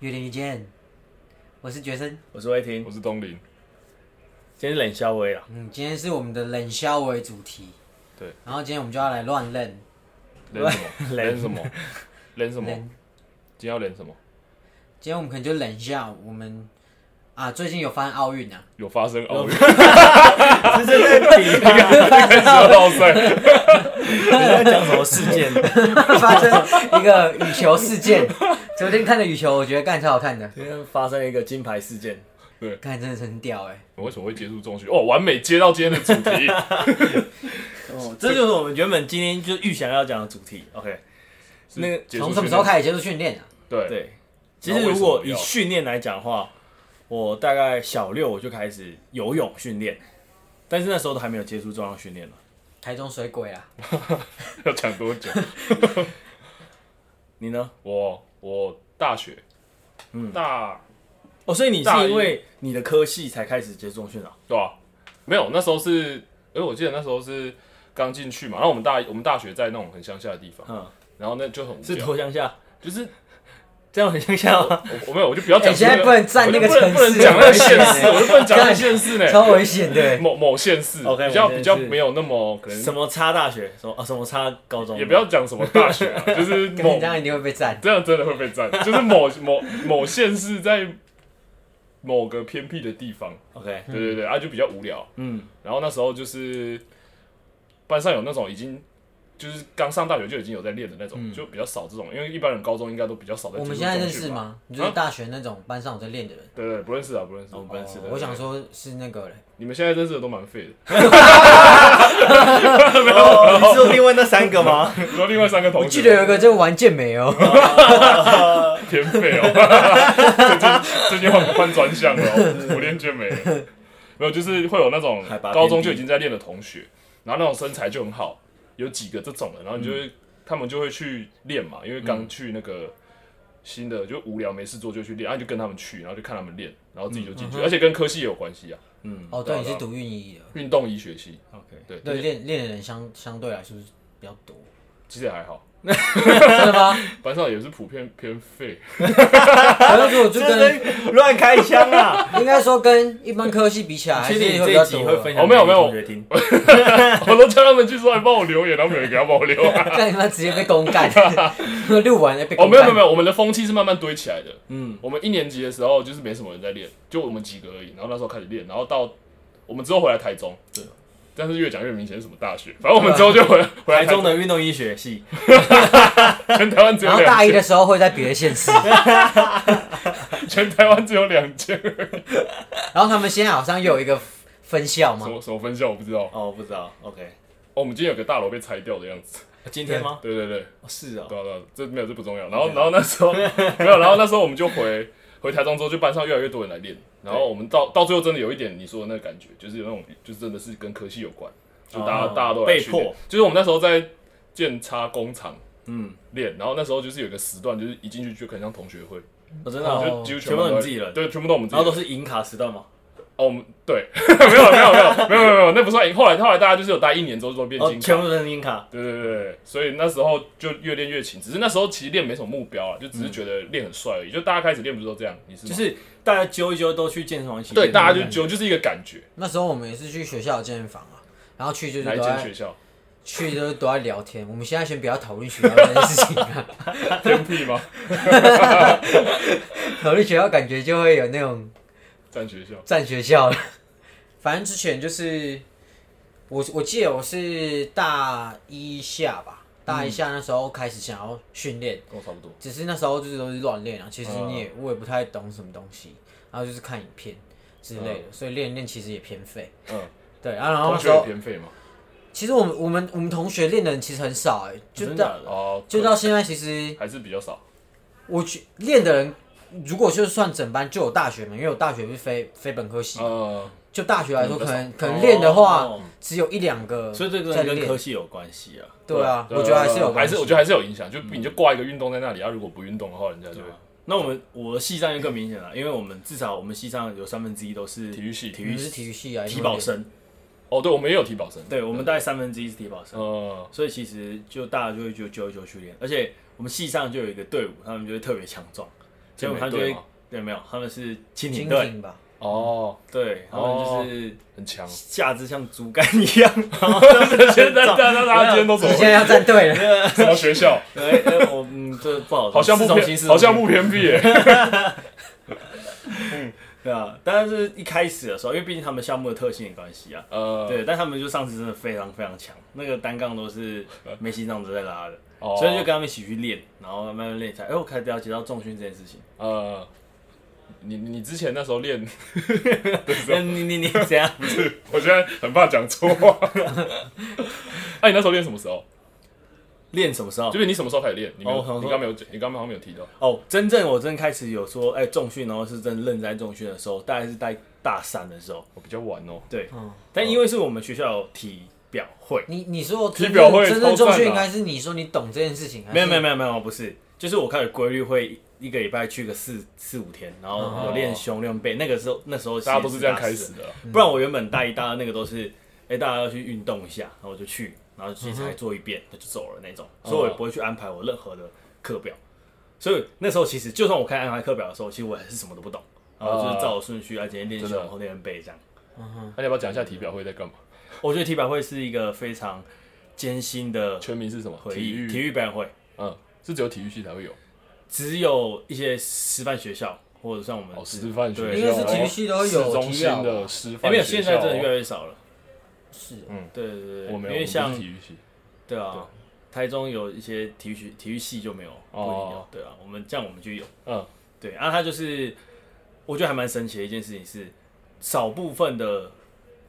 有点意见。我是觉生，我是魏婷，我是东 林，今天是冷肖威 啊，嗯，今天是我们的冷消为主题，对，然后今天我们就要来乱认，冷什么？冷什么？冷什么？冷今天要冷什么？今天我们可能就冷笑我们啊，最近有发生奥运啊，有发生哦奥运这是在比那个开始要落水，你在讲什么事件？发生一个羽球事件。昨天看的羽球，我觉得干超好看的，今天发生一个金牌事件，看真的是很屌哎、 我为什么会接触中学？哦，完美接到今天的主 题。哦，这就是我们原本今天就预想要讲的主题。OK，那个结束从什么时候训练？开始接触训练啊？对，对，其实如那为什果么以要训练来讲的话，我大概小六我就开始游泳训练，但是那时候都还没有接触重量训练了。台中水鬼啊， 要讲多久？你呢？我我大学，嗯大哦，所以你是大一因为你的科系才开始接触重训啊？对吧？没有，那时候是，因为我记得那时候是刚进去嘛，然后我们大我们大学在那种很乡下的地方，嗯，然后那就很无是聊多向下，就是这这样很啊向下吗？ 我我没有，我就不要讲哎这个。现在不能站那个我就不能城市不能讲那个县很危市，险欸我就不能讲那个 县市呢。超危险的、 欸。某某县市 OK，比较某县市比较没有那么可什能，么差大学？什么啊？什么差高中？也不要讲什么大学啊，就是 跟你某这样一定会被赞。这样真的会被占，就是某某某县市在某个偏僻的地方，嗯 OK。对对对，啊就比较无聊。嗯，然后那时候就是班上有那种已经就是刚上大学就已经有在练的那种，就比较少这种，因为一般人高中应该都比较少在。嗯我们现在认识？吗？你就是啊大学那种班上有在练的人。对对，不认识啊，不认识，我们不认识的哦我想说是那个嘞，你们现在认识的都蛮废的。 哦， 你是说另外那三个吗？然后另外三个同学，我记得有一个在玩健美哦， 偏废哦，最近最近换换专项了、哦， 我练健美了，没有，就是会有那种海拔高中偏低就已经在练的同学，然后那种身材就很好，有几个这种的，然后你就嗯会、他们就会去练嘛，因为刚去那个。新的就无聊没事做就去练，啊、就跟他们去，然后就看他们练，然后自己就进去，而且跟科系也有关系啊，嗯哦，对，你是读运医的，运动医学系， ，OK，对，对，练练的人相相对来说是比较多，其实也还好，真的 吗？班上也是普遍偏废， 好像如果就跟真的乱开枪 啊！应该说跟一般科系比起来，还确是定你会这比一较集多会分了。享哦没有给没有同学听，我都叫他们去说来帮我留言，然后没有人给他帮我留啊， 那你妈直接被公 干，录完了被哦，公没有干。没有没有，我们的风气是慢慢堆起来的。嗯，我们一年级的时候就是没什么人在练，就我们几个而已。然后那时候开始练，然后到我们之后回来台中，对。但是越讲越明显是什么大学，反正我们之后就回回来台台 中中，的运动医学系，全台湾只有然后两大一间，的时候会在别的 县市，全台湾只有两 间，什然后他们现在好像有一个分校嘛，么什么分校我不知道。哦，哦，我不知道，OK，我们今天有个大楼被拆掉的样子。今天吗？对对对，哦是哦，对啊对啊，这没有这不重要。然后然后那时候没有，然后那时候我们就回回台中之后，就班上越来越多人来练。然后我们到到最后真的有一点你说的那个感觉，就是有那种就是真的是跟科系有关，就大家、哦大家都来被训练迫。就是我们那时候在建差工厂嗯，练，然后那时候就是有一个时段，就是一进去就可能像同学会，我真的哦，哦就几乎全部都都你自己人对，全部都我们自然后己都人。是银卡时段吗？哦，我们对，没有没有没有没有没有没有，那不算。后来后来大家就是有待一年之后就变哦，金全卡部。都是银卡，对对对对，所以那时候就越练越勤，只是那时候其实练没什么目标啊，就只是觉得练很帅而已。就大家开始练不是都这样，你是吗就是大家揪一揪都去健身房一起对练，大家就就就是一个感觉。那时候我们也是去学校的健身房啊，然后去就是哪一都间在学校？去都都在聊天。我们现在先不要讨论学校这件事情 啊，偏僻吗？讨论学校感觉就会有那种占学校。占学校 了。反正之前就是我我记得我是大一下吧，大一下那时候开始想要训练，跟我差不多。嗯只是那时候就是都是乱练啊，其实你也我也不太懂什么东西，然后就是看影片之类的，所以练一练其实也偏废。嗯， 对，啊，然后同那学时有候偏废吗？其实我们我们我们同学练的人其实很少哎、就真的到假的哦，就到现在其实。还是比较少。我觉练的人，如果就算整班就有大学嘛，因为我大学是非非本科系，呃，就大学来说，嗯可能可能练的话哦，只有一两个所以这在个跟练科系有关系啊。对啊，对我觉得还是有还关是系我觉。得还是有影响。就你就挂一个运动在那里，啊，如果不运动的话，人家就会那我们我的系上就更明显了，因为我们至少我们系上有三分之一都是体育系体你育们是体育系啊，体保生，哦，对，我们也有体保生。对我们大概三分之一是体保生，呃，所以其实就大家就会就揪一揪去练，而且我们系上就有一个队伍，他们就会特别强壮，结果他就对会吗对没有，他们是蜻蜻蜓队，蜓吧，哦，对，他们就是很强。下肢像竹竿一样， 然后他 们现在大家大家今天都怎么直接要站队了。什么学校？对，呃我嗯，这不好说，好像市不中心，偏市，中好像心不偏僻耶。对啊。但是一开始的时候，因为毕竟他们项目的特性的关系啊，呃，对，但他们就上次真的非常非常强，那个单杠都是梅西那样子在拉的，哦，所以就跟他们一起去练，然后慢慢练起来。哎，我开始了解到重训这件事 情。呃，你你之前那时候练， 哦 那你你你怎样？我现在很怕讲错话。 哎，你那时候练什么时候？练什么时候就？是你什么时候开始练？你没有哦我想说你刚没有，你刚好像没有提到。哦，真正我真的开始有说，哎，重训，然后是真的认真在重训的时候，大概是在大三的时候。我比较晚哦。对，嗯，但因为是我们学校有体表嗯会，你你说真体表会正真正超重赞的啊训应该是你说你懂这件事情，还是没有没有没有没有，不是，就是我开始规律会一个礼拜去个四四五天，然后有练胸练背，那个时候那时候哦大家都是这样其实开大四始的啦。不然我原本大一、大二那个都是，哎、大家要去运动一下，然后我就去，然后器嗯材做一遍，那、就走了那种，哦所以我也不会去安排我任何的课表。所以那时候其实，就算我开始安排课表的时候，其实我还是什么都不懂，然后就是照我顺序，啊，今天练哦真胸，的后天背这样。嗯那你要不要讲一下体表会在干嘛？我觉得体百会是一个非常艰辛的全名是什么？回体忆，体育，育表演会嗯，是只有体育系才会有。只有一些师范学校或者像我们哦，是师范学校，对应该是体育系都有市中体育心啊的师哎范没学校哦。嗯有，现在真的越来越少了。是哦对对对对，我没因有，我为不是像体育系。对啊，台中有一些体育学体育系就没有不一样。哦对啊，我们这样我们就有。嗯，对啊，他就是我觉得还蛮神奇的一件事情是，少部分的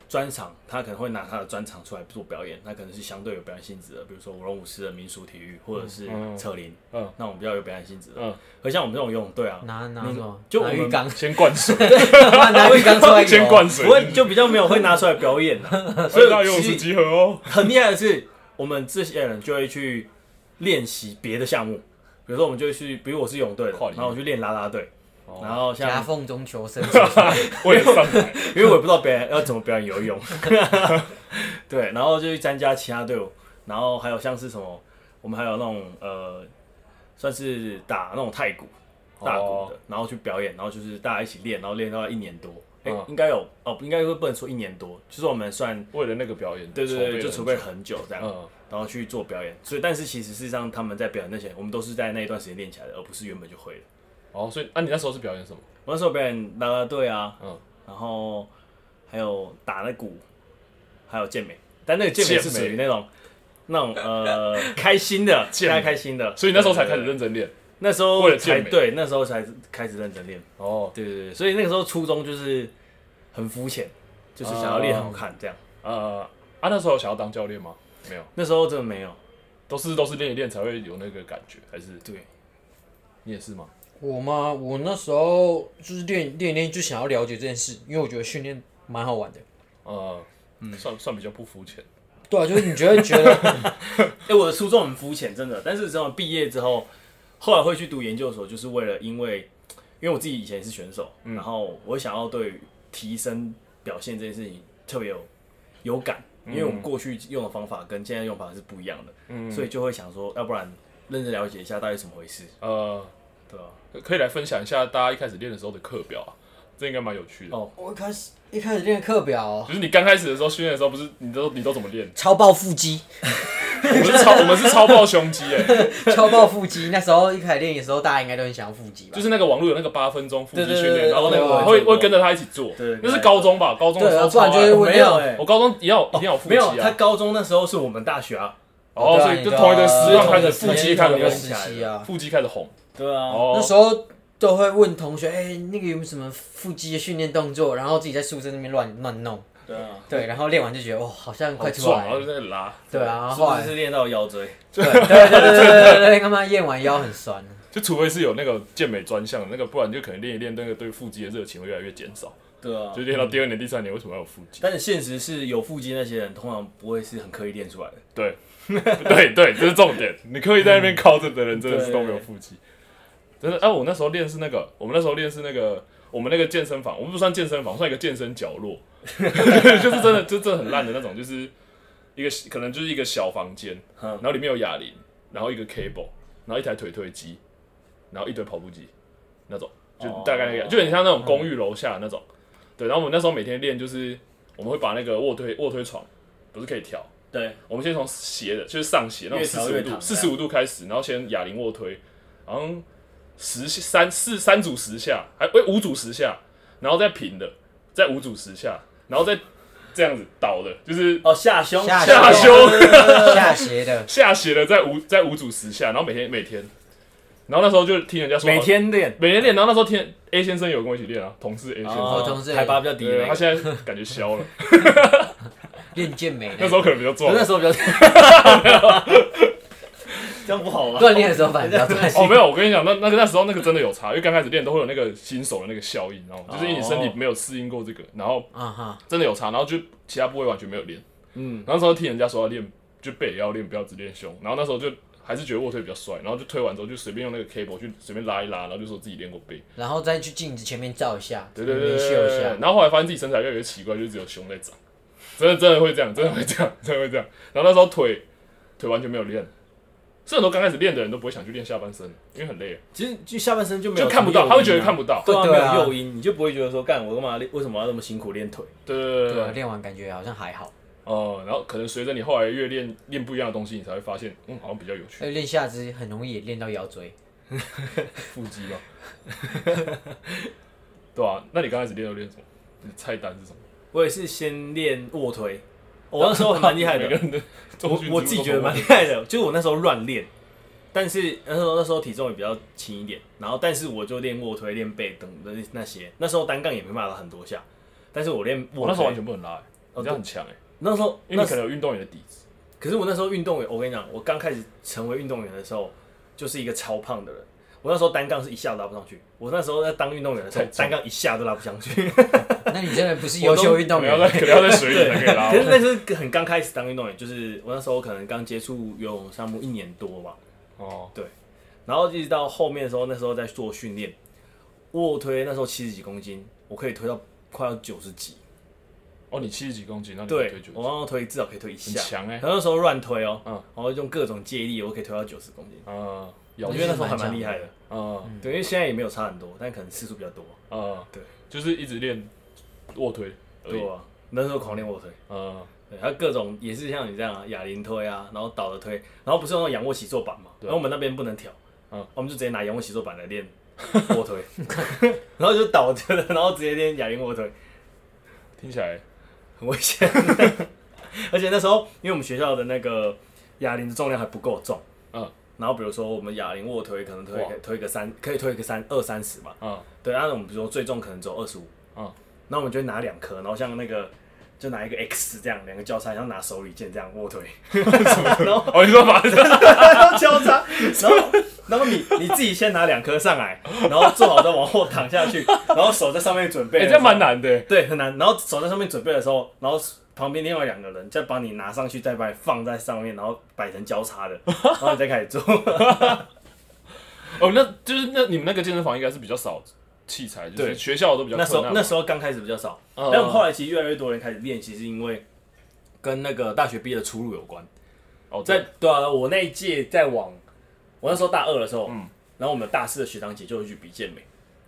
专场，他可能会拿他的专场出来做表演，那可能是相对有表演性质的，比如说舞龙舞狮的民俗体育，或者是嗯扯铃。嗯，那我们比较有表演性质的。嗯，而像我们这种游泳队啊，拿拿你什么？就拿我们浴缸，先灌水，拿浴缸出来 先游。灌水不。会就比较没有会拿出来表演的、啊，所所以大家游以泳其池实集合哦。很厉害的是，我们这些人就会去练习别的项目，比如说我们就会去，比如我是泳队的跨，领域然后我去练啦啦队，哦然 后夹像缝中求生，为了上台，因为我也不知道表演要怎么表演游泳，对，然后就去参加其他队伍，然后还有像是什么，我们还有那种呃，算是打那种太鼓。大哦鼓的，然后去表演，然后就是大家一起练，然后练到一年多，哎、嗯应该有哦，应该会不能说一年多，就是我们算为了那个表演，对对对，了就很储备久很久这样，嗯，然后去做表演。所以，但是其实事实上他们在表演那些，我们都是在那一段时间练起来的，而不是原本就会的。哦，所以啊，你那时候是表演什么？我那时候表演啦啦队啊，嗯然后还有打那鼓，还有健美，但那个健美是健属美于那种那种 呃开心的，健大美家开心的，所以你那时候才对开始，对对认真练。那时候为了才健美对，那时候才开始认真练。哦对对对，所以那个时候初中就是很肤浅，就是想要练好看这样。呃，啊，那时候有想要当教练吗？没有，那时候真的没有，都是都是练一练才会有那个感觉，还是对，你也是吗？ 我吗？我那时候就是练练一练，就想要了解这件事，因为我觉得训练蛮好玩的。呃，嗯算算比较不肤浅。对啊，就是你觉得觉得， 哎、我的初中很肤浅，真的。但是真的毕业之后，后来会去读研究所，就是为了因为因为我自己以前也是选手，然后我想要对于提升表现这件事情特别有有感，因为我们过去用的方法跟现在用法是不一样的，所以就会想说，要不然认真了解一下到底怎么回事，呃，对吧、可以来分享一下大家一开始练的时候的课表啊，这应该蛮有趣的。哦我一开始一开始练课表哦、？就是你刚开始的时候训练的时候，不是你都你都怎 么练超爆腹肌，我们是超我们是超爆胸肌哎、超爆腹肌。那时候一开始练的时候，大家应该都很想要腹肌吧？就是那个网络有那个八分钟腹肌对对训对对哦练，然后那对对个对会对对会跟着他一起做对对，那是高中吧？高中的对时啊，候不然超就爱是我会没那有样哎、我高中也要一定要有腹没肌有，他啊，高中那时候是我们大学啊，哦，所以就同一个时段开始对腹啊肌开始同一个红时，时期啊。腹肌开始红。对啊，那哦，时候都会问同学，哎、那个有没有什么腹肌的训练动作？然后自己在宿舍那边乱乱 弄，对啊，对，然后练完就觉得哇，好像好快出壮，来然后了，就在那里拉，对啊，是后不来是练到腰椎？对对对对对对对，干嘛验完腰很酸？ 就除非是有那个健美专项，那个不然就可能练一练，那个对腹肌的热情会越来越减少，对啊就练到第二年、第三年，为什么要有腹肌？但是现实是有腹肌那些人，通常不会是很刻意练出来的。对， 对对，这是重点。你可以在那边靠着的人，真的是都没有腹肌。真的，哎、我那时候练是那个，我们那时候练是那个，我们那个健身房，我们不算健身房，算一个健身角落，就是真的，就真的很烂的那种，就是一个可能就是一个小房间，嗯然后里面有哑铃，然后一个 cable，然后一台腿推机，然后一堆跑步机，那种，就哦大概那个，就很像那种公寓楼下那种。对，然后我们那时候每天练就是，我们会把那个卧推卧推床不是可以调，对，我们先从斜的，就是上斜那种越四调十越五度，躺四十五度开始，然后先哑铃卧推，然后十三四三组十下，还喂五组十下，然后再平的，再五组十下，然后再这样子倒的，就是哦， 下胸下下胸胸。下斜的，下斜了，在五在五组十下，然后每天每天，然后那时候就听人家说 啊每天练，每天练，然后那时候听 A 先生有跟我一起练啊，同事 A 先生，哦同事海拔比较低那对，啊个，他现在感觉消了，练健美那那时候可能比较 壮，那时候比较， 这样不好吧？锻炼的时候反正比较 哦， 重。没有，我跟你讲，那那个那时候那个真的有差，因为刚开始练都会有那个新手的那个效应，你知道吗？就是因为你身体没有适应过这个，然后啊哈，真的有差，然后就其他部位完全没有练。嗯，然后那时候听人家说要练，就背也要练，不要只练胸。然后那时候就还是觉得卧推比较帅，然后就推完之后就随便用那个 cable 去随便拉一拉，然后就说自己练过背。然后再去镜子前面照一下，对对里对面对秀对一对下然。后后来发现自己身材越来越奇怪，就只有胸在长，真的真的会这样，真的会这样，真的会这样。然后那时候腿腿完全没有练，所以很多刚开始练的人都不会想去练下半身，因为很累，其实就下半身就没有就看不什到，么诱因啊他会觉得看不到。对啊，对啊没有诱因，你就不会觉得说，干我干嘛练？为什么要那么辛苦练腿？对对对对啊，对对。练完感觉好像还好。哦，然后可能随着你后来越练练不一样的东西，你才会发现，嗯，好像比较有趣， 呃，练下肢很容易也练到腰椎。腹肌吧。 对啊，那你刚开始练都练什么？你菜单是什么？我也是先练卧推，我那时候蛮厉害 每的个，人的我我自己觉得蛮厉害的，就是我那时候乱练，但是那时候那时候体重也比较轻一点，然后但是我就练卧推、练背等的那些，那时候单杠也没办法很多下，但是我练我卧推，那时候完全不能拉、欸，你这样很强哎、那时候因那为你可能有运动员的底子。可是我那时候运动员，我跟你讲，我刚开始成为运动员的时候，就是一个超胖的人。我那时候单杠是一下都拉不上去，我那时候在当运动员的时候太，重单杠一下都拉不上 去。那你真的不是优秀运动可能要员， 欸在可能要在水里才可以拉可是哦。那是很刚开始当运动员，就是我那时候可能刚接触游泳项目一年多吧，哦，然后一直到后面的时候，那时候在做训练，卧推那时候七十几公斤，我可以推到快要九十几，哦，你七十几公斤，那你可以对推九我十，刚刚推至少可以推一很下，强哎、然后那时候乱推哦，嗯然后用各种借力，我可以推到九十公斤，嗯，我咬觉肌得那时候还蛮厉害的，嗯对，因为现在也没有差很多，但可能次数比较多，嗯，对，就是一直练卧推而已对。啊，那时候狂练卧推，嗯，对，还有各种也是像你这样啊，哑铃推啊，然后倒着推，然后不是用那种仰卧起坐板嘛，对啊然后我们那边不能调，嗯我们就直接拿仰卧起坐板来练卧推， 然后就倒着的，然后直接练哑铃卧推，听起来很危险。 而且那时候，因为我们学校的那个哑铃的重量还不够重，嗯，然后比如说我们哑铃卧推可能推哇推个三，可以推个三二三十吧，嗯对，然后我们比如说最重可能只有二十五，嗯，那我们就会拿两颗，然后像那个就拿一个 X 这样两个交叉，然后拿手里剑这样 卧推，然后哦，你说 把然后交叉， 然后然后你你自己先拿两颗上来，然后做好再往后躺下去，然后手在上面准备，哎、这样蛮难的、欸。对，很难。然后手在上面准备的时候，然后旁边另外两个人再帮你拿上去，再把你放在上面，然后摆成交叉 的，然后你再开始做。哦，那就是那你们那个健身房应该是比较少器材，就是对学校都比较那时候那时候，候刚开始比较少，嗯但我们后来其实越来越多人开始练，其实因为跟那个大学毕业的出路有关。哦，在在对啊，我那一届在往我那时候大二的时候，嗯然后我们大四的学长姐就会去比健美，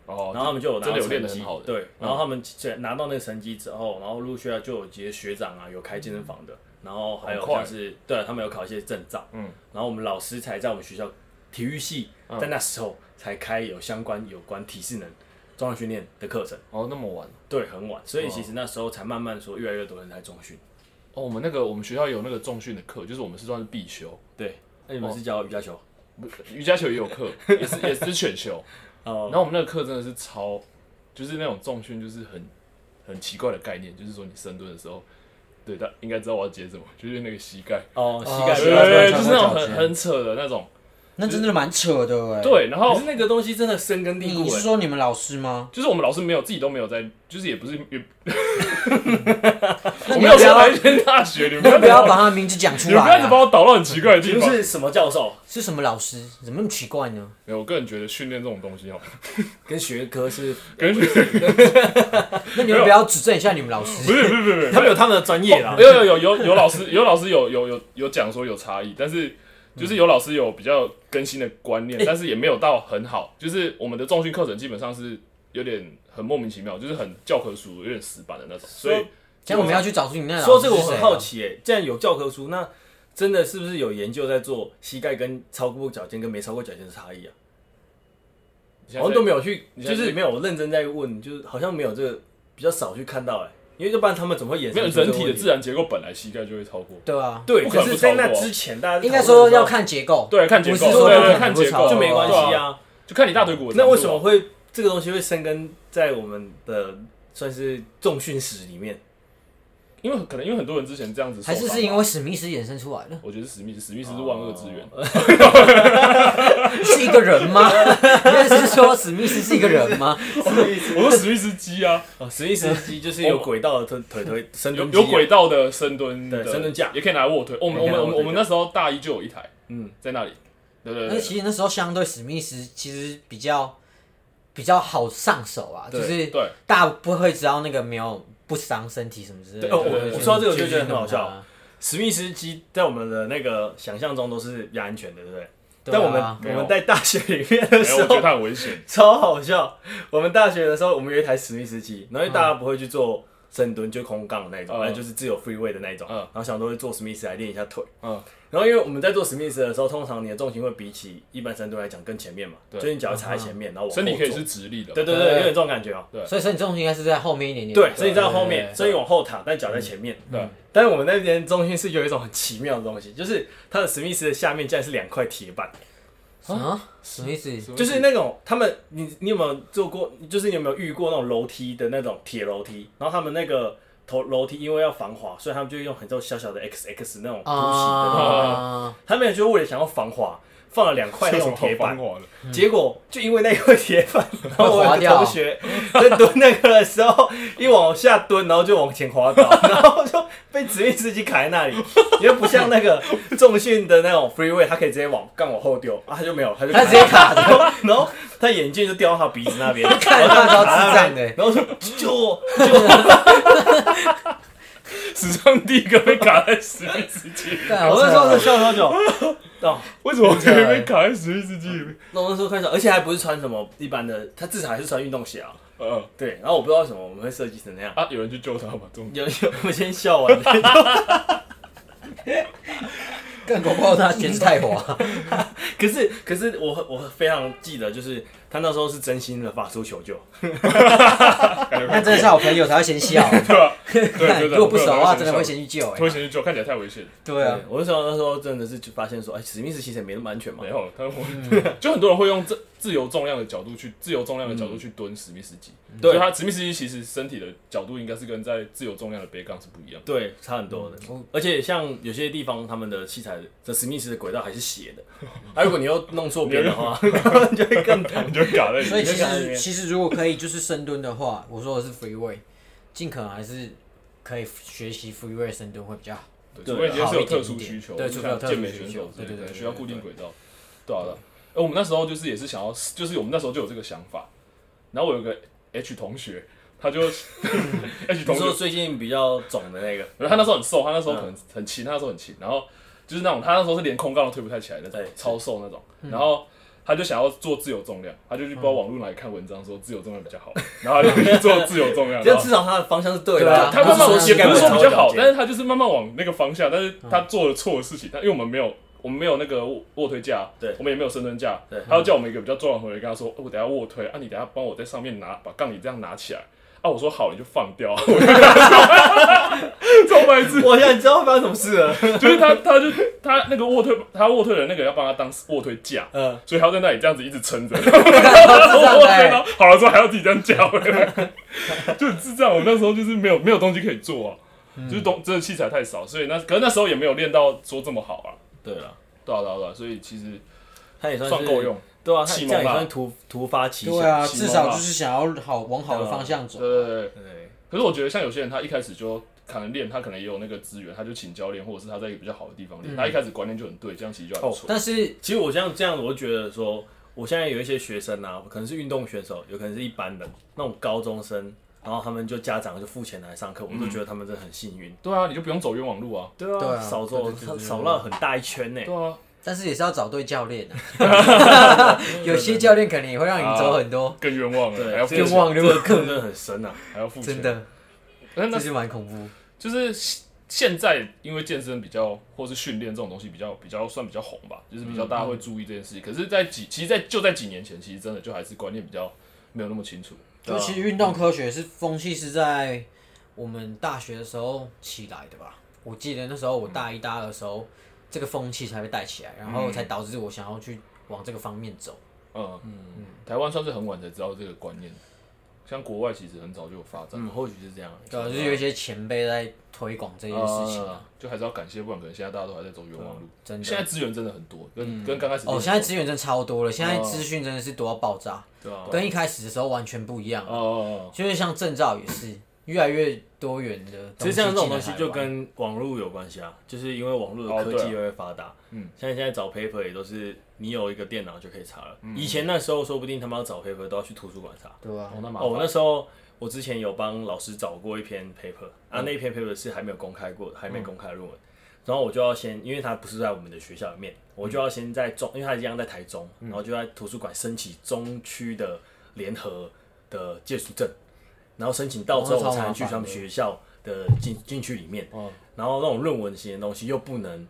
哦，然后他们就有拿到真的有练得成绩很好的嗯对，然后他们拿到那个成绩之后，然后陆续啊就有些学长啊有开健身房的，然后还有很快像是对啊他们有考一些证照，嗯，然后我们老师才在我们学校体育系嗯在那时候才开有相关有关体适能、重量训练的课程，哦那么晚。对，很晚，所以其实那时候才慢慢说越来越多人在中训，哦，我们那个我们学校有那个重训的课，就是我们是算是必修，对，那你们是教瑜伽哦球不瑜伽球也有课，也是也是选修。 哦然后我们那个课真的是超，就是那种重训，就是很很奇怪的概念，就是说你深蹲的时候，对，他应该知道我要接什么，就是那个膝盖，哦，膝啊盖对不对要对对断对，就是那种对很对很扯的那种，那真的蛮扯的哎。，对，然可后是那个东西真的深根蒂固你是欸，说你们老师吗？就是我们老师没有自己都没有在，就是也不是也，那我你没要有不上要南轩大学，你们你要不不要要把把他的名字讲出你们不来要一直把啊？我导到很奇怪的地你方。是什么教授？是什么老师？怎么那么奇怪呢？没有，我个人觉得训练这种东西哦，跟学科是，跟训那你们不要指正一下你们老不师。是不是不是不是他们有他们的专业啦。有有有有有老师有老师有有有有讲说有差异，但是就是有老师有比较更新的观念，但是也没有到很好。就是我们的重训课程基本上是有点很莫名其妙，就是很教科书、有点死板的那种。所以像我们要去找出你那老师说这个我很是谁啊好，奇、欸，既然有教科书，那真的是不是有研究在做膝盖跟超过脚尖跟没超过脚尖的差异啊？好像都没有去，你现就在是没有认真在问，就是好像没有这个比较少去看到哎、因为要不然他们怎么会衍没有生出这个人体问的题自然结构本来膝盖就会超过。对啊，对，不可可能是，不在超过啊那之前大家应该说要看。看结构，对，啊看结构，不是说对不可对，能看不结超构过就没关系对啊，啊。就看你大腿骨的长度啊。那为什么会这个东西会生根在我们的算是重训史里面？因为可能因为很多人之前这样子受还是伤是因吧为史密斯衍生出来的？我觉得史密斯，史密斯哦是万恶之 源，是一个人吗？ 你是说史密斯是一个人吗？ 我说史密斯鸡啊，哦，史密斯基就是有轨道的腿腿腿深哦有蹲机啊有轨道的深蹲的，对深蹲架也可以拿来卧推。我们也可以我拿们来我卧推们我们那时候大一就有一台，嗯，在那里，对对因为对其对，实那时候相对史密斯其实比较比较好上手啊，就对是对大家不会知道那个没有不伤身体什么之类对的。哦我就会我去说到这个我就去觉得很弄好笑它史密斯基在我们的那个想象中都是比较安全的，对不对？对但我们啊我们在大学里面的没有，时我觉得候它很危险。超好笑。我们大学的时候，我们有一台史密斯机，然后因为大家不会去做深蹲，就空杠的那种，嗯反正就是自由 free weight 的那种。嗯然后想都会做史密斯来练一下腿。嗯，然后因为我们在做史密斯的时候，通常你的重心会比起一般深蹲来讲更前面嘛，对嗯就是你脚要踩在前面，然后往后身体可以坐是直立的，对对对，对有点这种感觉哦、对所以所以你重心应该是在后面一点点。对，所以你在后对对面，对嗯所以往后躺，但脚在前面。对，但是我们那边中心是有一种很奇妙的东西，就是它的史密斯的下面竟然是两块铁板，啊，史密斯什么意思就是那种他们，你你有没有做过？就是你有没有遇过那种楼梯的那种铁楼梯？然后他们那个头楼梯因为要防滑，所以他们就用很多小小的 X X 那种凸起的那种，啊，他们就为了想要防滑，放了两块那这种种铁板防，滑的，结果就因为那块铁板，然后我滑有个掉同学 在蹲那个的时候，一往下蹲，然后就往前滑 倒，然后就被指运司机卡在那里。你又不像那个重训的那种 freeway，他可以直接往杠往后丢啊，他就没有，他就他直接卡着， 然后他眼镜就掉到他鼻子那 边，看得到超智障的。 然后说就史上第一个被卡在史密斯机里，干我那时好候扯是笑多久？哦，为什么可以被卡在史密斯机里面？那我那时候看到，而且还不是穿什么一般的，他至少还是穿运动鞋啊。呃对，然后我不知道为什么我们会设计成那样。 啊，有人去救他吗？这种有有，我先笑完。干搞不好 他全是泰华，可是，可是我我非常记得，就是他那时候是真心的发出求救，感觉那真的是好朋友才会先 笑。对吧？啊 对，看对如果不熟的话，对真的会先去救。会哎，先去救，看起来太危险了。对啊，我那时候那时候真的是就发现说，哎、史密斯其实也没那么安全嘛没。有，他嗯 我就很多人会用自自由重量的角度去自由重量的角度去蹲史密斯机，对嗯所以他史密斯机其实身体的角度应该是跟在自由重量的背杠是不一样的。对，差很多的。嗯而且像有些地方，他们的器材的史密斯的轨道还是斜 的，啊，如果你又弄错边的话，就会更疼。 你就会卡在里所以面，其你就卡在那边实其实如果可以就是深蹲的话，我说的是 free weight，尽可能还是可以学习 free weight 深蹲会比较好。对对除非你今天是有特殊需好求，一点就点像对健美选手对之对类的，对需要固定轨道，对啊。对啊而我们那时候就是也是想要，就是我们那时候就有这个想法，然后我有个 H 同学，他就 H 你同学说最近比较肿的那个，然后他那时候很瘦，他那时候可能很轻，他那时候很轻，然后就是那种他那时候是连空杠都推不太起来那种对，超瘦那种。然后他就想要做自由重量，他就去不知道网络哪里看文章说自由重量比较好，然后他就去做自由重量。这样然后至少他的方向是对对的啊啊。他慢慢不也是说不是说比较好，但是是他就是慢慢往那个方向，但是他做了错的事情。但因为我们没有，我们没有那个卧卧推架，对我们也没有深蹲架对，他要叫我们一个比较重要的同学跟他说，哦我等一下卧推，啊，你等一下帮我在上面拿，把杠铃这样拿起来。啊，我说好，你就放掉。 我就跟他说超白痴，我现在知道发生什么事 了。就是他，他就他那个卧推，他卧推的那个要帮他当卧推架，嗯，所以他要在那里这样子一直撑着，超 智障卧的 推哎到好了之后还要自己这样架回来， 就很智障。我那时候就是没有没有东西可以做啊，就是东真的器材太少，所以那可是那时候也没有练到说这么好啊，对了，对啊对啊对啊，所以其实他也算算是够用，，对啊，他这启蒙样也吧算突突发奇想。对啊，奇葩至少就是想要好往好的方向走对。对对。对，可是我觉得像有些人他一开始就可能练，他可能也有那个资源，他就请教练，或者是他在一个比较好的地方练，嗯他一开始观念就很对，这样其实就还不哦错。但是其实我这样这样，我就觉得说，我现在有一些学生啊，可能是运动选手，有可能是一般的那种高中生，然后他们就家长就付钱来上课，我就觉得他们真的很幸运。对啊，你就不用走冤枉路啊。对对啊少对走对对对对少了很大一圈呢、对啊，但是也是要找对教练啊。 有些教练可能也会让你走很多，更冤枉了，还对，要付这个冤枉钱，这个坑真的很深啊。还要付真，钱。的，那那这就蛮恐怖。就是现现在因为健身比较或是训练这种东西比较比较算比较红吧，就是比较嗯大家会注意这件事情。可是，在几其实在，就在几年前，其实真的就还是观念比较没有那么清楚。对啊就其实运动科学是风气是在我们大学的时候起来的吧？我记得那时候我大一大二的时候，这个风气才被带起来，然后才导致我想要去往这个方面走。嗯嗯，台湾算是很晚才知道这个观念，像国外其实很早就有发展。嗯，或许是这样。对啊，就是有一些前辈在推广这件事情啊。啊就还是要感谢，不然可能现在大家都还在走冤枉路。真的现在资源真的很多，跟跟刚开始哦，现在资源真的超多了，现在资讯真的是多到爆炸，哦对啊，跟一开始的时候完全不一样哦。哦就是像证照也是越来越多元的哦其东西进来台湾，实像这种东西就跟网络有关系啊，就是因为网络的科哦对啊技越来越发达，嗯，像现在找 paper 也都是你有一个电脑就可以查了。以前那时候说不定他们要找 paper 都要去图书馆查。对哦啊，哦，那麻哦，烦我那时候我之前有帮老师找过一篇 paper 啊，那一篇 paper 是还没有公开过的，还没公开论文。然后我就要先，因为他不是在我们的学校里面，我就要先在中，因为他一样在台中，然后就在图书馆申请中区的联合的借书证，然后申请到之后哦那超我才能麻去烦他们的学校的进进去里面。哦然后那种论文型的东西又不能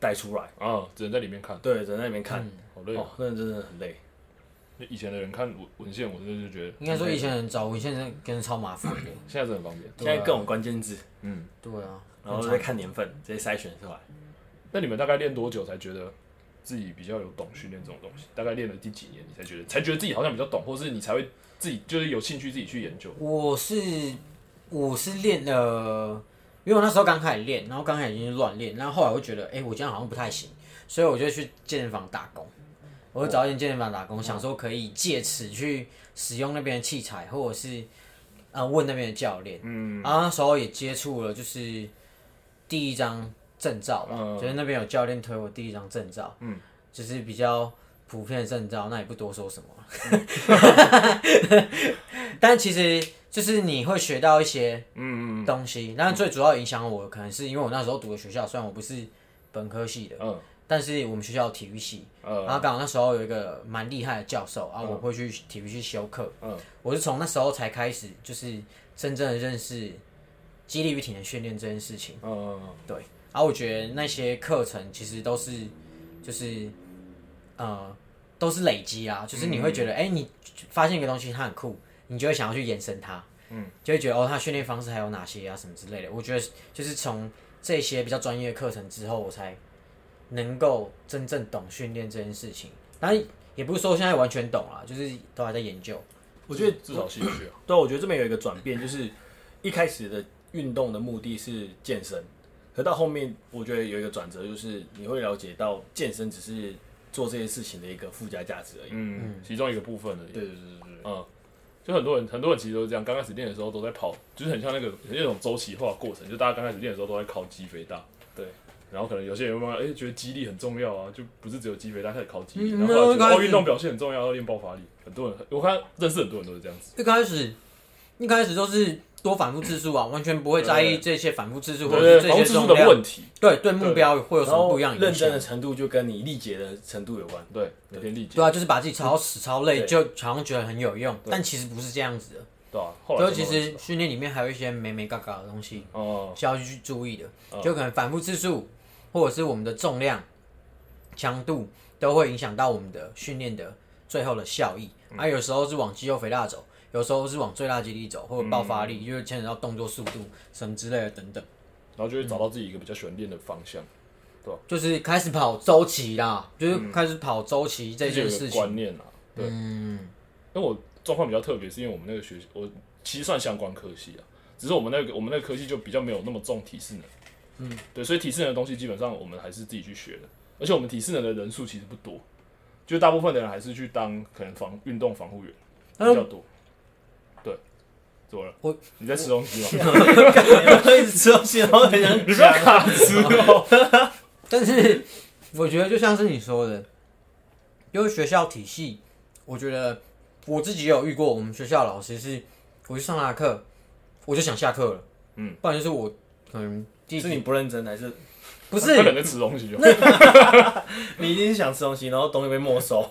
带出来，啊，只能在里面看，对，只能在那边看，好累哦哦。，那真的很累。就以前的人看文文献，我真的就觉得应该说以前人找文献真的跟超麻烦啊的。现在真的很方便。啊现在各种关键字，嗯，对啊，然后再看年份，直接筛选出来。那你们大概练多久才觉得自己比较有懂训练这种东西？大概练了第几年，你才觉得才觉得自己好像比较懂，或是你才会自己就是有兴趣自己去研究？我是我是练了，因为我那时候刚开始练，然后刚开始已经乱练，然后后来我就觉得，哎、我这样好像不太行，所以我就去健身房打工。我就找一间健身房打工，想说可以借此去使用那边的器材，或者是呃问那边的教练。嗯，然后那时候也接触了，就是第一张证照吧，嗯就是那边有教练推我第一张证照。嗯，就是比较普遍的证照，那也不多说什么。但其实就是你会学到一些嗯嗯东西，但最主要影响我，可能是因为我那时候读的学校，虽然我不是本科系的，嗯但是我们学校有体育系，嗯然后刚好那时候有一个蛮厉害的教授啊，我会去体育系修课，嗯我是从那时候才开始，就是真正的认识激励与体能训练这件事情。嗯嗯对，然后我觉得那些课程其实都是就是呃都是累积啊，就是你会觉得嗯哎、诶你发现一个东西它很酷，你就会想要去延伸它，嗯，就会觉得哦，它训练方式还有哪些啊什么之类的。我觉得就是从这些比较专业的课程之后，我才能够真正懂训练这件事情。当然也不是说现在完全懂啦，就是都还在研究。我觉得至少兴趣啊。对啊，我觉得这边有一个转变，就是一开始的运动的目的是健身，可到后面我觉得有一个转折，就是你会了解到健身只是做这些事情的一个附加价值而已。嗯，其中一个部分而已。对对对对对，嗯，就很多人，很多人其实都是这样，刚开始练的时候都在跑，就是很像那个那种周期化的过程，就大家刚开始练的时候都在靠肌肥大，对。然后可能有些人会慢慢哎、觉得肌力很重要啊，就不是只有肌肥大开始靠肌力，嗯然后后来觉那得个哦运动表现很重要，要练爆发力。很多人我看认识很多人都是这样子，一开始一开始都是多反复次数啊，完全不会在意这些反复次数或者是对这对，防些止数重的量。问题，对对，目标会有什然么后不一样的认影响真的？程度就跟你力竭的程度有关。 对，每天力竭，对啊，就是把自己超死超累，对就好像觉得很有用，但其实不是这样子的。对啊。后就来其才慢慢知实道训练里面还有一些美美嘎嘎的东西哦，需要去注意的，嗯就可能反复次数或者是我们的重量、强度都会影响到我们的训练的最后的效益。嗯啊，有时候是往肌肉肥大走，有时候是往最大肌力走，或者爆发力，嗯就是牵扯到动作速度什么之类的等等。然后就会找到自己一个比较喜欢练的方向，就是开始跑周期啦，嗯就是开始跑周期这件自事己有个情。观念啊，对。嗯，因为我状况比较特别，是因为我们那个学习，我其实算相关科系啊，只是我们那个我们那个科系就比较没有那么重体适能，嗯，对，所以体适能的东西基本上我们还是自己去学的，而且我们体适能的人数其实不多，就大部分的人还是去当可能防运动防护员比较多，对，怎么了？我你在吃东西 吗？一直吃东西，然后很想你不要卡吃 哦，但是我觉得就像是你说的，因为学校体系，我觉得我自己也有遇过，我们学校老师是，我去上他的课，我就想下课了，嗯，不然就是我可能第一是你不认真还是不不能是，在吃东西就好。你一定是想吃东西，然后东西被没收。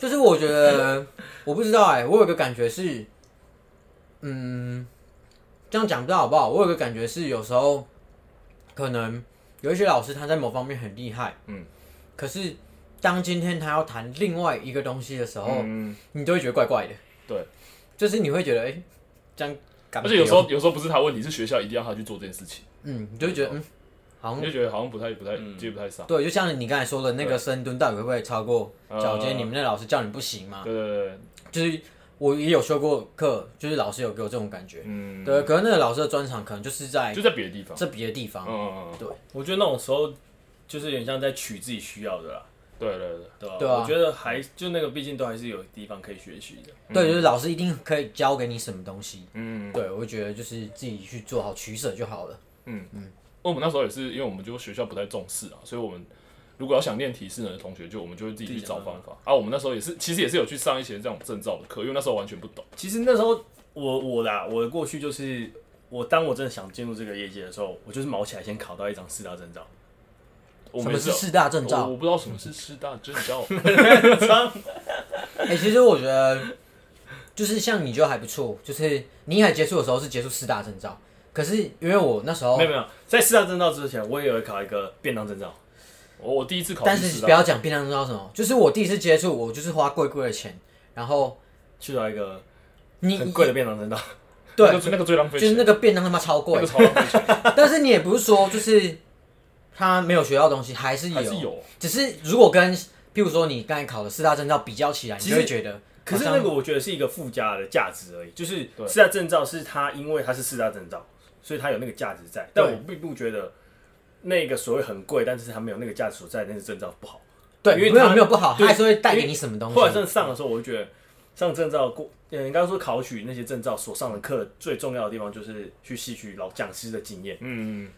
就是我觉得，我不知道哎、我有个感觉是，嗯，这样讲不知道好不好？我有个感觉是，有时候可能有一些老师他在某方面很厉害，嗯，可是当今天他要谈另外一个东西的时候，嗯，你就会觉得怪怪的，对，就是你会觉得哎、欸这样感而觉，且有时候有时候不是他问题，是学校一定要他去做这件事情，嗯，你就会觉得嗯，好你像就觉得好像不太不太嗯接不太上。对，就像你刚才说的那个深蹲到底会不会超过脚尖？呃你们那老师叫你不行吗？对对对，就是我也有修过课，就是老师有给我这种感觉。嗯，对，可是那个老师的专长可能就是在就在别的地方。这别的地嗯方。嗯嗯，我觉得那种时候就是有点像在取自己需要的啦，对对对，对吧？对啊我觉得还就那个，毕竟都还是有地方可以学习的。对，就是老师一定可以教给你什么东西。嗯。对，我觉得就是自己去做好取舍就好了。我们那时候也是，因为我们就学校不太重视啊，所以我们如果要想练体适能的同学，就我们就会自己去找方法啊。我们那时候也是，其实也是有去上一些这种证照的课，因为那时候完全不懂。其实那时候我我啦，我的过去就是我当我真的想进入这个业界的时候，我就是毛起来先考到一张四大证照。我什们么也是有四大证我照？我不知道什么是师大证照。哎、其实我觉得就是像你就还不错，就是你一开始接触的时候是接触四大证照，可是因为我那时候没有没有，在四大证照之前，我也有考一个便当证照。我我第一次考但试是师不大，要讲便当知道什么，就是我第一次接触，我就是花贵贵的钱，然后去到一个你很贵的便当证照，那对，个那个最浪费就是钱，那个便当他妈超那贵个，超浪费钱，但是你也不是说就是他没有学到东西，还是还有，是有。只是如果跟譬如说你刚才考的四大证照比较起来，你其就实会觉得可是好那像个我觉得是一个附加的价值而已，就是对四大证照是它，因为它是四大证照，所以它有那个价值在。但对我并不觉得那个所谓很贵，但是它没有那个价值所在，那个证照不好。对，因为没有他没有不好，对他还是会带给你什么东后来真西。的上的时候，我就觉得上证照过，呃，你刚刚说考取那些证照所上的课，最重要的地方就是去吸取老讲师的经验。嗯，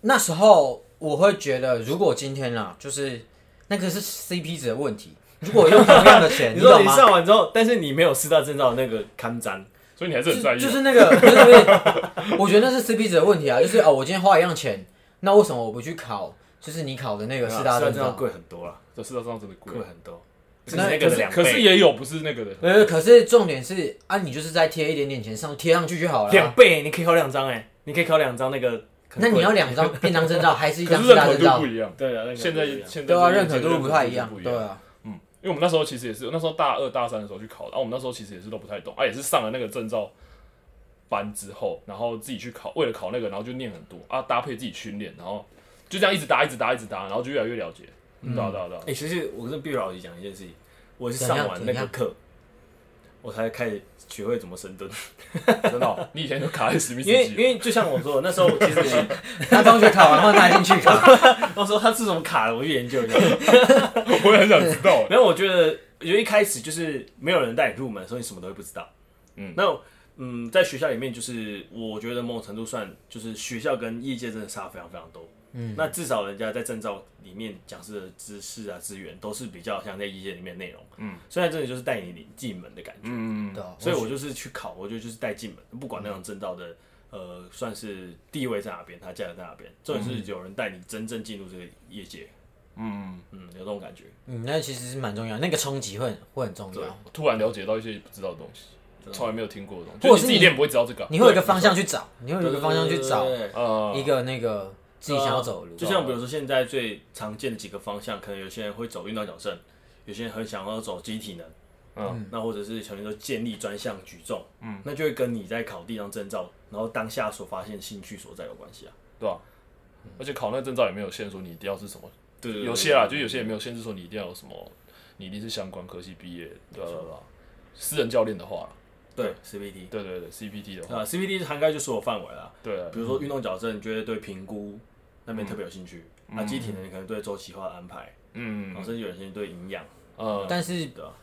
那时候我会觉得，如果今天啊，就是那个是 CP 值的问题，如果用同样的钱， 你你说懂哎你吗？上完之后，但是你没有四大证照的那个刊章，所以你还是很在就意。啊就是那个，不是不是，我觉得那是 CP 值的问题啊，就是哦，我今天花一样钱，那为什么我不去考？就是你考的那个四啊四大啊大证证照照，贵很多啦，这世道上真的贵啊贵，很多，那是那个的两倍。可是也有不是那个的。没有，可是重点是啊，你就是再贴一点点钱上，贴上去就好了两啊。倍，你可以考两张哎，你可以考两张那个。那你要两张便当证照，还是一 可张是四认大可证度照不？一样，对啊，那个现在现对在啊，这个认可度不太一样认可度，就对啊，嗯，因为我们那时候其实也是，那时候大二大三的时候去考的，然、后啊我们那时候其实也是都不太懂，啊，也是上了那个证照班之后，然后自己去考，为了考那个，然后就念很多啊，搭配自己训练，然后就这样一直搭，一直搭，一直搭，然后就越来越了解，嗯对啊对啊对啊哎、，其实我跟毕老师讲一件事情，我是怎上样完怎那个样课，我才开始学会怎么深蹲，真的哦、你以前就卡在史密斯因 为基因了，为就像我说的，那时候 其实他同学考完后他进去考，那时候他是怎么卡的，我去研究一下。 我也很想知 道，然后我觉得，我觉得一开始就是没有人带你入门，所以你什么都会不知道。嗯那嗯，在学校里面，就是我觉得某种程度算，就是学校跟业界真的差非常非常多。嗯，那至少人家在证照里面讲师的知识啊、资源都是比较像在业界里面的内容。嗯，虽然真的就是带你进门的感觉。嗯，对啊所以我就是去考，我觉得就是带进门，不管那种证照的呃，算是地位在哪边，它价值在哪边，重点是有人带你真正进入这个业界，嗯，嗯，有这种感觉。嗯，那其实是蛮重要，那个冲击会很会很重要，突然了解到一些不知道的东西，从来没有听过的东西，或就者你是自己你练不会知道这个啊，你会有一个方向去找，你会有有一个方向去找呃，一个那个自己想要走的路。啊就像比如说现在最常见的几个方向，可能有些人会走运动矫正，有些人很想要走肌体能，嗯，那或者是想说建立专项举重，嗯，那就会跟你在考第一张证照，然后当下所发现兴趣所在有关系啊。对吧、而且考那个证照也没有限说你一定要是什么。对对，对有些啦，就有些也没有限制说你一定要有什么，你一定是相关科系毕业，对吧？私人教练的话啦，对 CBD，对对对，CPT 的话，啊 CBD 是涵盖就所有范围啦。对啊，比如说运动矫正，你就会对评估那边特别有兴趣；啊，机体呢，你可能对周期化的安排，然嗯后甚至有些人对营养，呃，但是对啊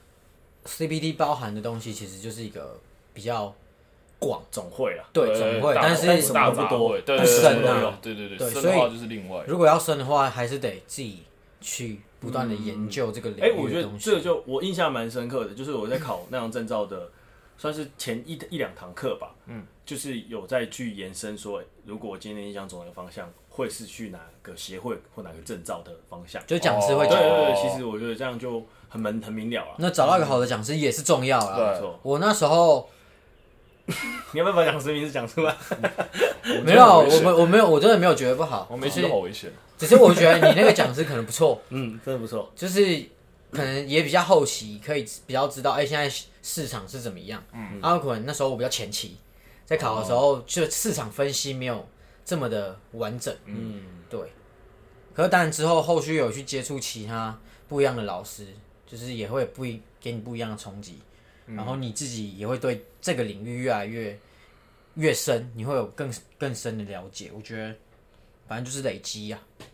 CBD 包含的东西其实就是一个比较广，总会啦。对，总会，呃大但大是什么大都不杂多烩对不对对深对啊对对对对深所的以话就是另外，如果要深的话，还是得自己去不断的研究这个哎，领我域觉的得东西。这个就我印象蛮深刻的，就是我在考那张证照的，算是前一一两堂课吧，嗯，就是有在去延伸说，哎如果我今天想走哪个方向，会是去哪个协会或哪个证照的方向。就讲师会对讲。对对，哦其实我觉得这样就很明很明了了。那找到一个好的讲师也是重要啦。没错，我那时候你要不要把讲师名字 讲出来？没有，我我们没我没有，我真的没有觉得不好我，每只次都是好危险，只是我觉得你那个讲师可能不错，嗯，真的不错。就是可能也比较后期，可以比较知道，哎、现在市场是怎么样。嗯，阿可能那时候我比较前期，在考的时候，就市场分析没有这么的完整。嗯，对。可是当然之后后续有去接触其他不一样的老师，就是也会不一给你不一样的冲击，嗯然后你自己也会对这个领域越来越越深，你会有更更深的了解。我觉得反正就是累积啊呀、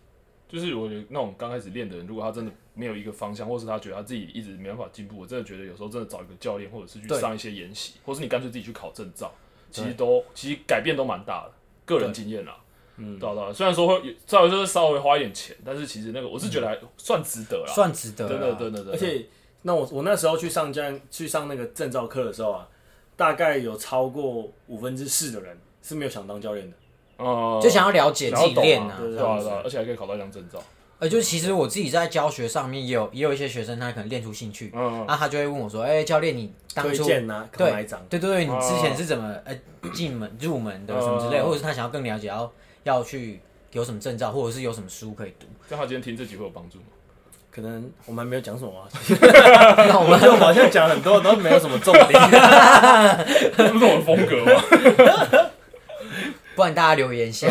就是我觉得那种刚开始练的人，如果他真的没有一个方向，或是他觉得他自己一直没办法进步，我真的觉得有时候真的找一个教练，或者是去对上一些研习，或是你干脆自己去考证照，其实都其实改变都蛮大的，个人经验啦。嗯，对啊对啊，虽然说会，虽然就是稍微花一点钱，但是其实那个我是觉得还算值得啦，嗯算值得啊真啦。的真的真的，而且，那我我那时候去上这样去上那个证照课的时候啊，大概有超过五分之四的人是没有想当教练的。呃，就想要了解自想要己懂练啊啊。对对啊啊对啊，而且还可以考到一张证照，呃，就其实我自己在教学上面也有也有一些学生，他可能练出兴趣，嗯，啊，他就会问我说：“哎、教练，你当推初荐啊，考对哪一张？对对对，你之前是怎么呃进门入门的什么之类，哦或者是他想要更了解要要去有什么证照，或者是有什么书可以读？这样他今天听这集会有帮助吗？ 可能我们还没有讲什么啊，那我我们觉得我们好像讲很多都没有什么重点。这不是我的风格吗？ 不然大家留言下，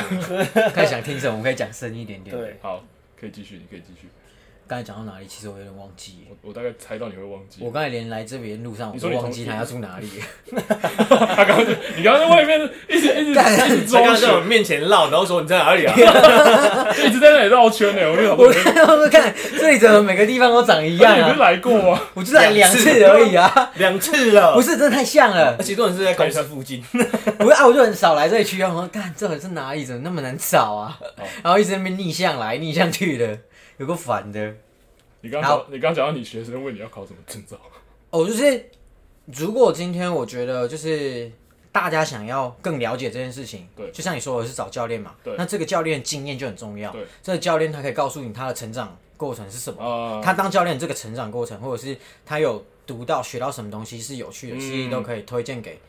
看想听什么，我们可以讲深一点点。对，好，可以继续，你可以继续。刚才讲到哪里？其实我有点忘记了。我我大概猜到你会忘记。我刚才连来这边路上我你说都你忘同记意他要住哪里了。他刚刚就你刚刚在外面一直一直干一直他刚绕刚在我圈，们面前绕，然后说你在哪里啊？一直在那里绕圈呢。我就想说，我看到说看这里怎么每个地方都长一一样 你不是啊？来过吗？我就来两两次次而已啊，两次了， 不，是真的太像了 而。且多人是在公司附近。不是啊，我就很少来这里区啊。我说，看这里是哪里？怎么那么难找啊？然后一直在那边逆向来逆向去的，有个烦的。你刚好讲你刚讲到你学生问你要考什么证照，哦，就是如果今天我觉得就是大家想要更了解这件事情，对就像你说的是找教练嘛，对那这个教练经验就很重要。对，这个教练他可以告诉你他的成长过程是什么，啊他当教练这个成长过程，或者是他有读到学到什么东西是有趣的，其实都可以推荐给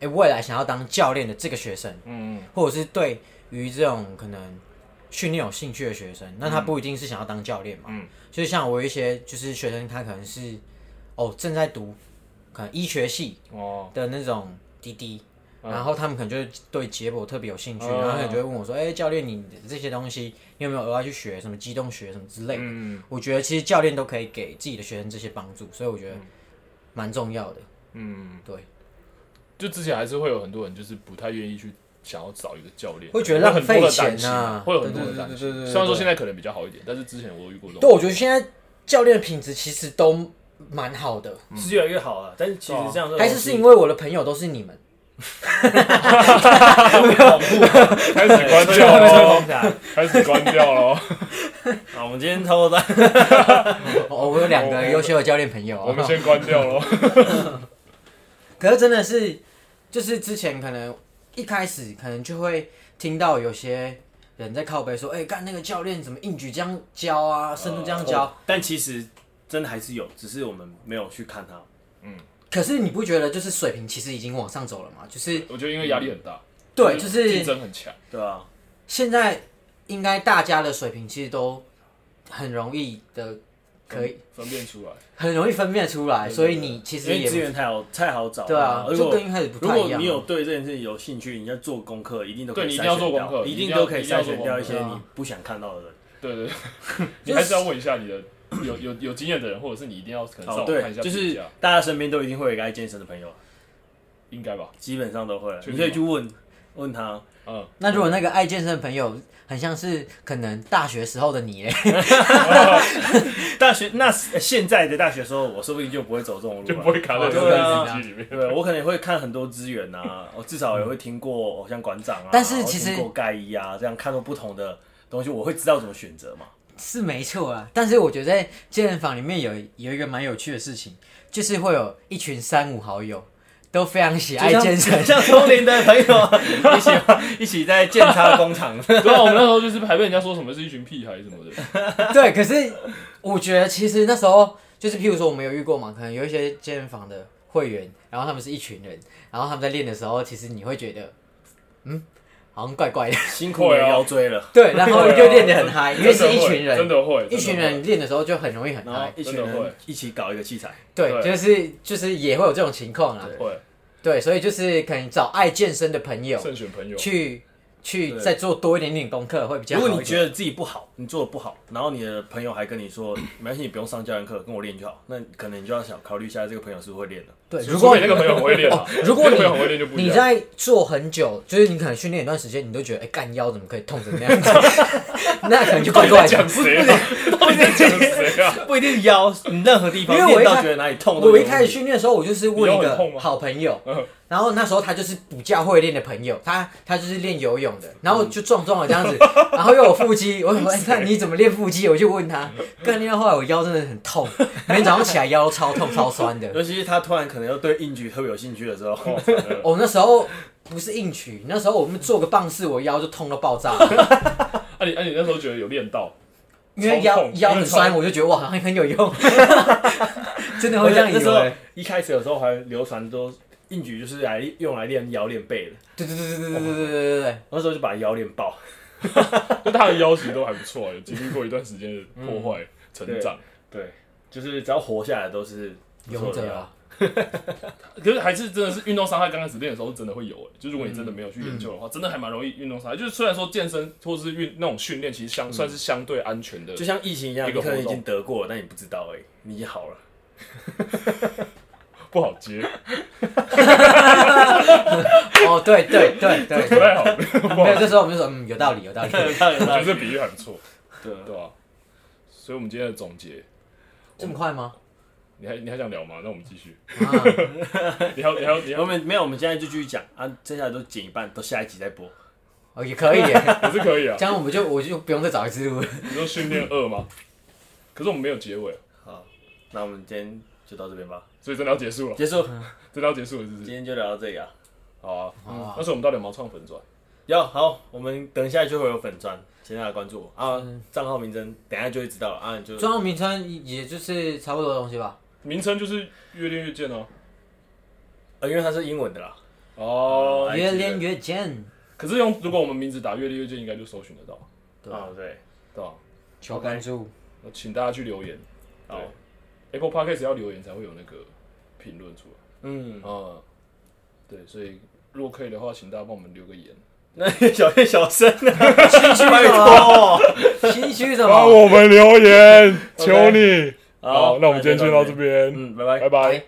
哎、未来想要当教练的这个学生。嗯，或者是对于这种可能训练有兴趣的学生，那他不一定是想要当教练嘛。嗯，就像我有一些就是学生，他可能是哦正在读可能医学系哦，的那种滴滴，嗯然后他们可能就是对解剖特别有兴趣，嗯然后他就会问我说：“哎、教练，你这些东西你有没有额外去学什么机动学什么之类的？”嗯我觉得其实教练都可以给自己的学生这些帮助，所以我觉得蛮重要的。嗯，对，就之前还是会有很多人就是不太愿意去想要找一个教练，会觉得有浪很多的费钱担心啊会有很多的担对对对心。对对对对虽然说现在可能比较好一点，但是之前我有遇过这对，种，我觉得现在教练的品质其实都蛮好的。是越来越好了，但是其实这样还是是因为为我的朋友都是 你们，恐怖，开始关掉了，了。开始关掉了。好，我们今天偷偷的，哦，我有两个优秀的教练朋友我们啊。先关掉 了。可是真的是，就是之前可能一开始可能就会听到有些人在靠背说，哎、干那个教练怎么硬举这样教啊，深度这样教。但其实真的还是有，只是我们没有去看它。可是你不觉得就是水平其实已经往上走了吗？就是我觉得因为压力很大，对，就竞是争很强。对啊，现在应该大家的水平其实都很容易的，可以分辨出来，很容易分辨出来，对对所以你其因实为资也源太好太好找了。对啊，如就果跟一开始不如太一样啊。果你有对这件事情有兴趣，你要做功课，一定都可对你以一筛定要做选掉功课一一定定要都可以一定要筛做选掉一些功课你不想看到的人。对对对， 你还是要问一下你的有有有经验的人，或者是你一定要可哦，能上网对看一下，就评是价大家身边都一定会有一个爱健身的朋友，应该吧，基本上都会。确定你吗可以去问问他，嗯，那如果那个爱健身的朋友很像是可能大学时候的你耶，大学那时现在的大学时候，我说不定就不会走这种路了，就不会卡在这对啊个机里面。对，我可能也会看很多资源呐， 我至少也会听过偶像馆长啊，但是其实然后听过盖伊啊，这样看过不同的东西，我会知道怎么选择嘛。是没错啊。但是我觉得在健身房里面有有一个蛮有趣的事情，就是会有一群三五好友，都非常喜爱健 身，像通灵的朋友 一起一起在建差工 厂。对啊，我们那时候就是还被人家说什么是一群屁孩什么的，对，可是我觉得其实那时候就是，譬如说我们有遇过嘛，可能有一些健身房的会员，然后他们是一群人，然后他们在练的时候，其实你会觉得，嗯，好像怪怪的， 辛苦的哦腰椎了，对，然后对啊就练得很嗨，因为真是的一会群真人，的会，一群真的会人练的时候就很容易很然后嗨，一群哎真的会人一起搞一个器材，对，对就是就是也会有这种情况啦，会对，所以就是可能找爱健身的朋友慎选朋友，去去对再做多一点点功课会比较如好一果点。你觉得自己不好，你做的不好，然后你的朋友还跟你 说没关系，你不用上教练课，跟我练就好，那可能你就要想考虑一下这个朋友是不是会练的。对，如如果果哦那个朋友很会练啊，如果那个你朋友很会练就不一你样。在做很久，就是你可能训练一段时间，你都觉得哎干、腰怎么可以痛成那 样子，那可能就怪怪讲的。谁啊？到底在 讲谁啊？不一定腰，你任何地方因为我练一到开觉得哪里痛都有我问一题，开始训练的时候，我就是问一你腰很痛个吗好朋友嗯，然后那时候他就是比较会练的朋友，他他就是练游泳嗯的，然后就壮壮的这样 子，然后又有腹肌，我说哎看你怎么练腹肌，我就问他，干练到后来我腰真的很痛，每天早上起来腰都超痛超酸的。尤其是他突然可能又对硬举特别有兴趣的时候， 哇惨了我、那时候不是硬举，那时候我们做个棒式，我腰就痛到爆炸了，啊你啊你那时候觉得有练到，因为腰超痛腰很酸，我就觉得哇好像很有用，真的我会这样以那时候为。一开始有时候还流传都硬举就是来用来练腰练背的，对对对对对对对对对对，那时候就把腰练爆。就他的腰其实都还不错啊，有经历过一段时间的破嗯坏成长，对，就是只要活下来都是不错勇的者料啊，可是还是真的是运动伤害。刚开始练的时候真的会有、欸，就如果你真的没有去研究的话，真的还蛮容易运动伤害。就是虽然说健身或是运那种训练，其实相、算是相对安全的就，像疫情一样，一你个可能已活动经得过了，但你不知道而已，你已经好了。 不好接，哦对对对对 不太好。没有，这时候我们就说，嗯，有道理，有道理。我觉得这比喻还不错，对对吧、所以我们今天的总结，这么快吗？你还你还想聊吗？那我们继续。啊，你还有你还有你还我 有们没有，我们现在就继续讲啊，剩下的都剪一半，都下一集再播。哦，也可以耶，也是可以啊这。样我们就我就不用再找一只路了。你说训练二吗？可是我们没有结尾，好，那我们今天就到这边吧，所以真的要结束了，结束，真的要结束了，是不今是？天就聊到这里啊。好啊。好啊但是我们到底有毛创粉砖？有好，我们等一下就会有粉砖，请大家关注我啊，账号名称等一下就会知道了啊，你就专用名称也就是差不多的东西吧。名称就是越练越健哦。呃，因为它是英文的啦，哦哎越练越健，可是用如果我们名字打越练越健，应该就搜寻得到，对吧啊？对，对吧？求关注，那请大家去留言好， ，Apple Podcast 要留言才会有那个评论出来。嗯，嗯，对，所以如果可以的话，请大家帮我们留个言。那小叶小声啊，心虚拜什么？托，心虚什么？们留言，求你。好好，那我们今天就到这边，嗯，拜拜。拜拜。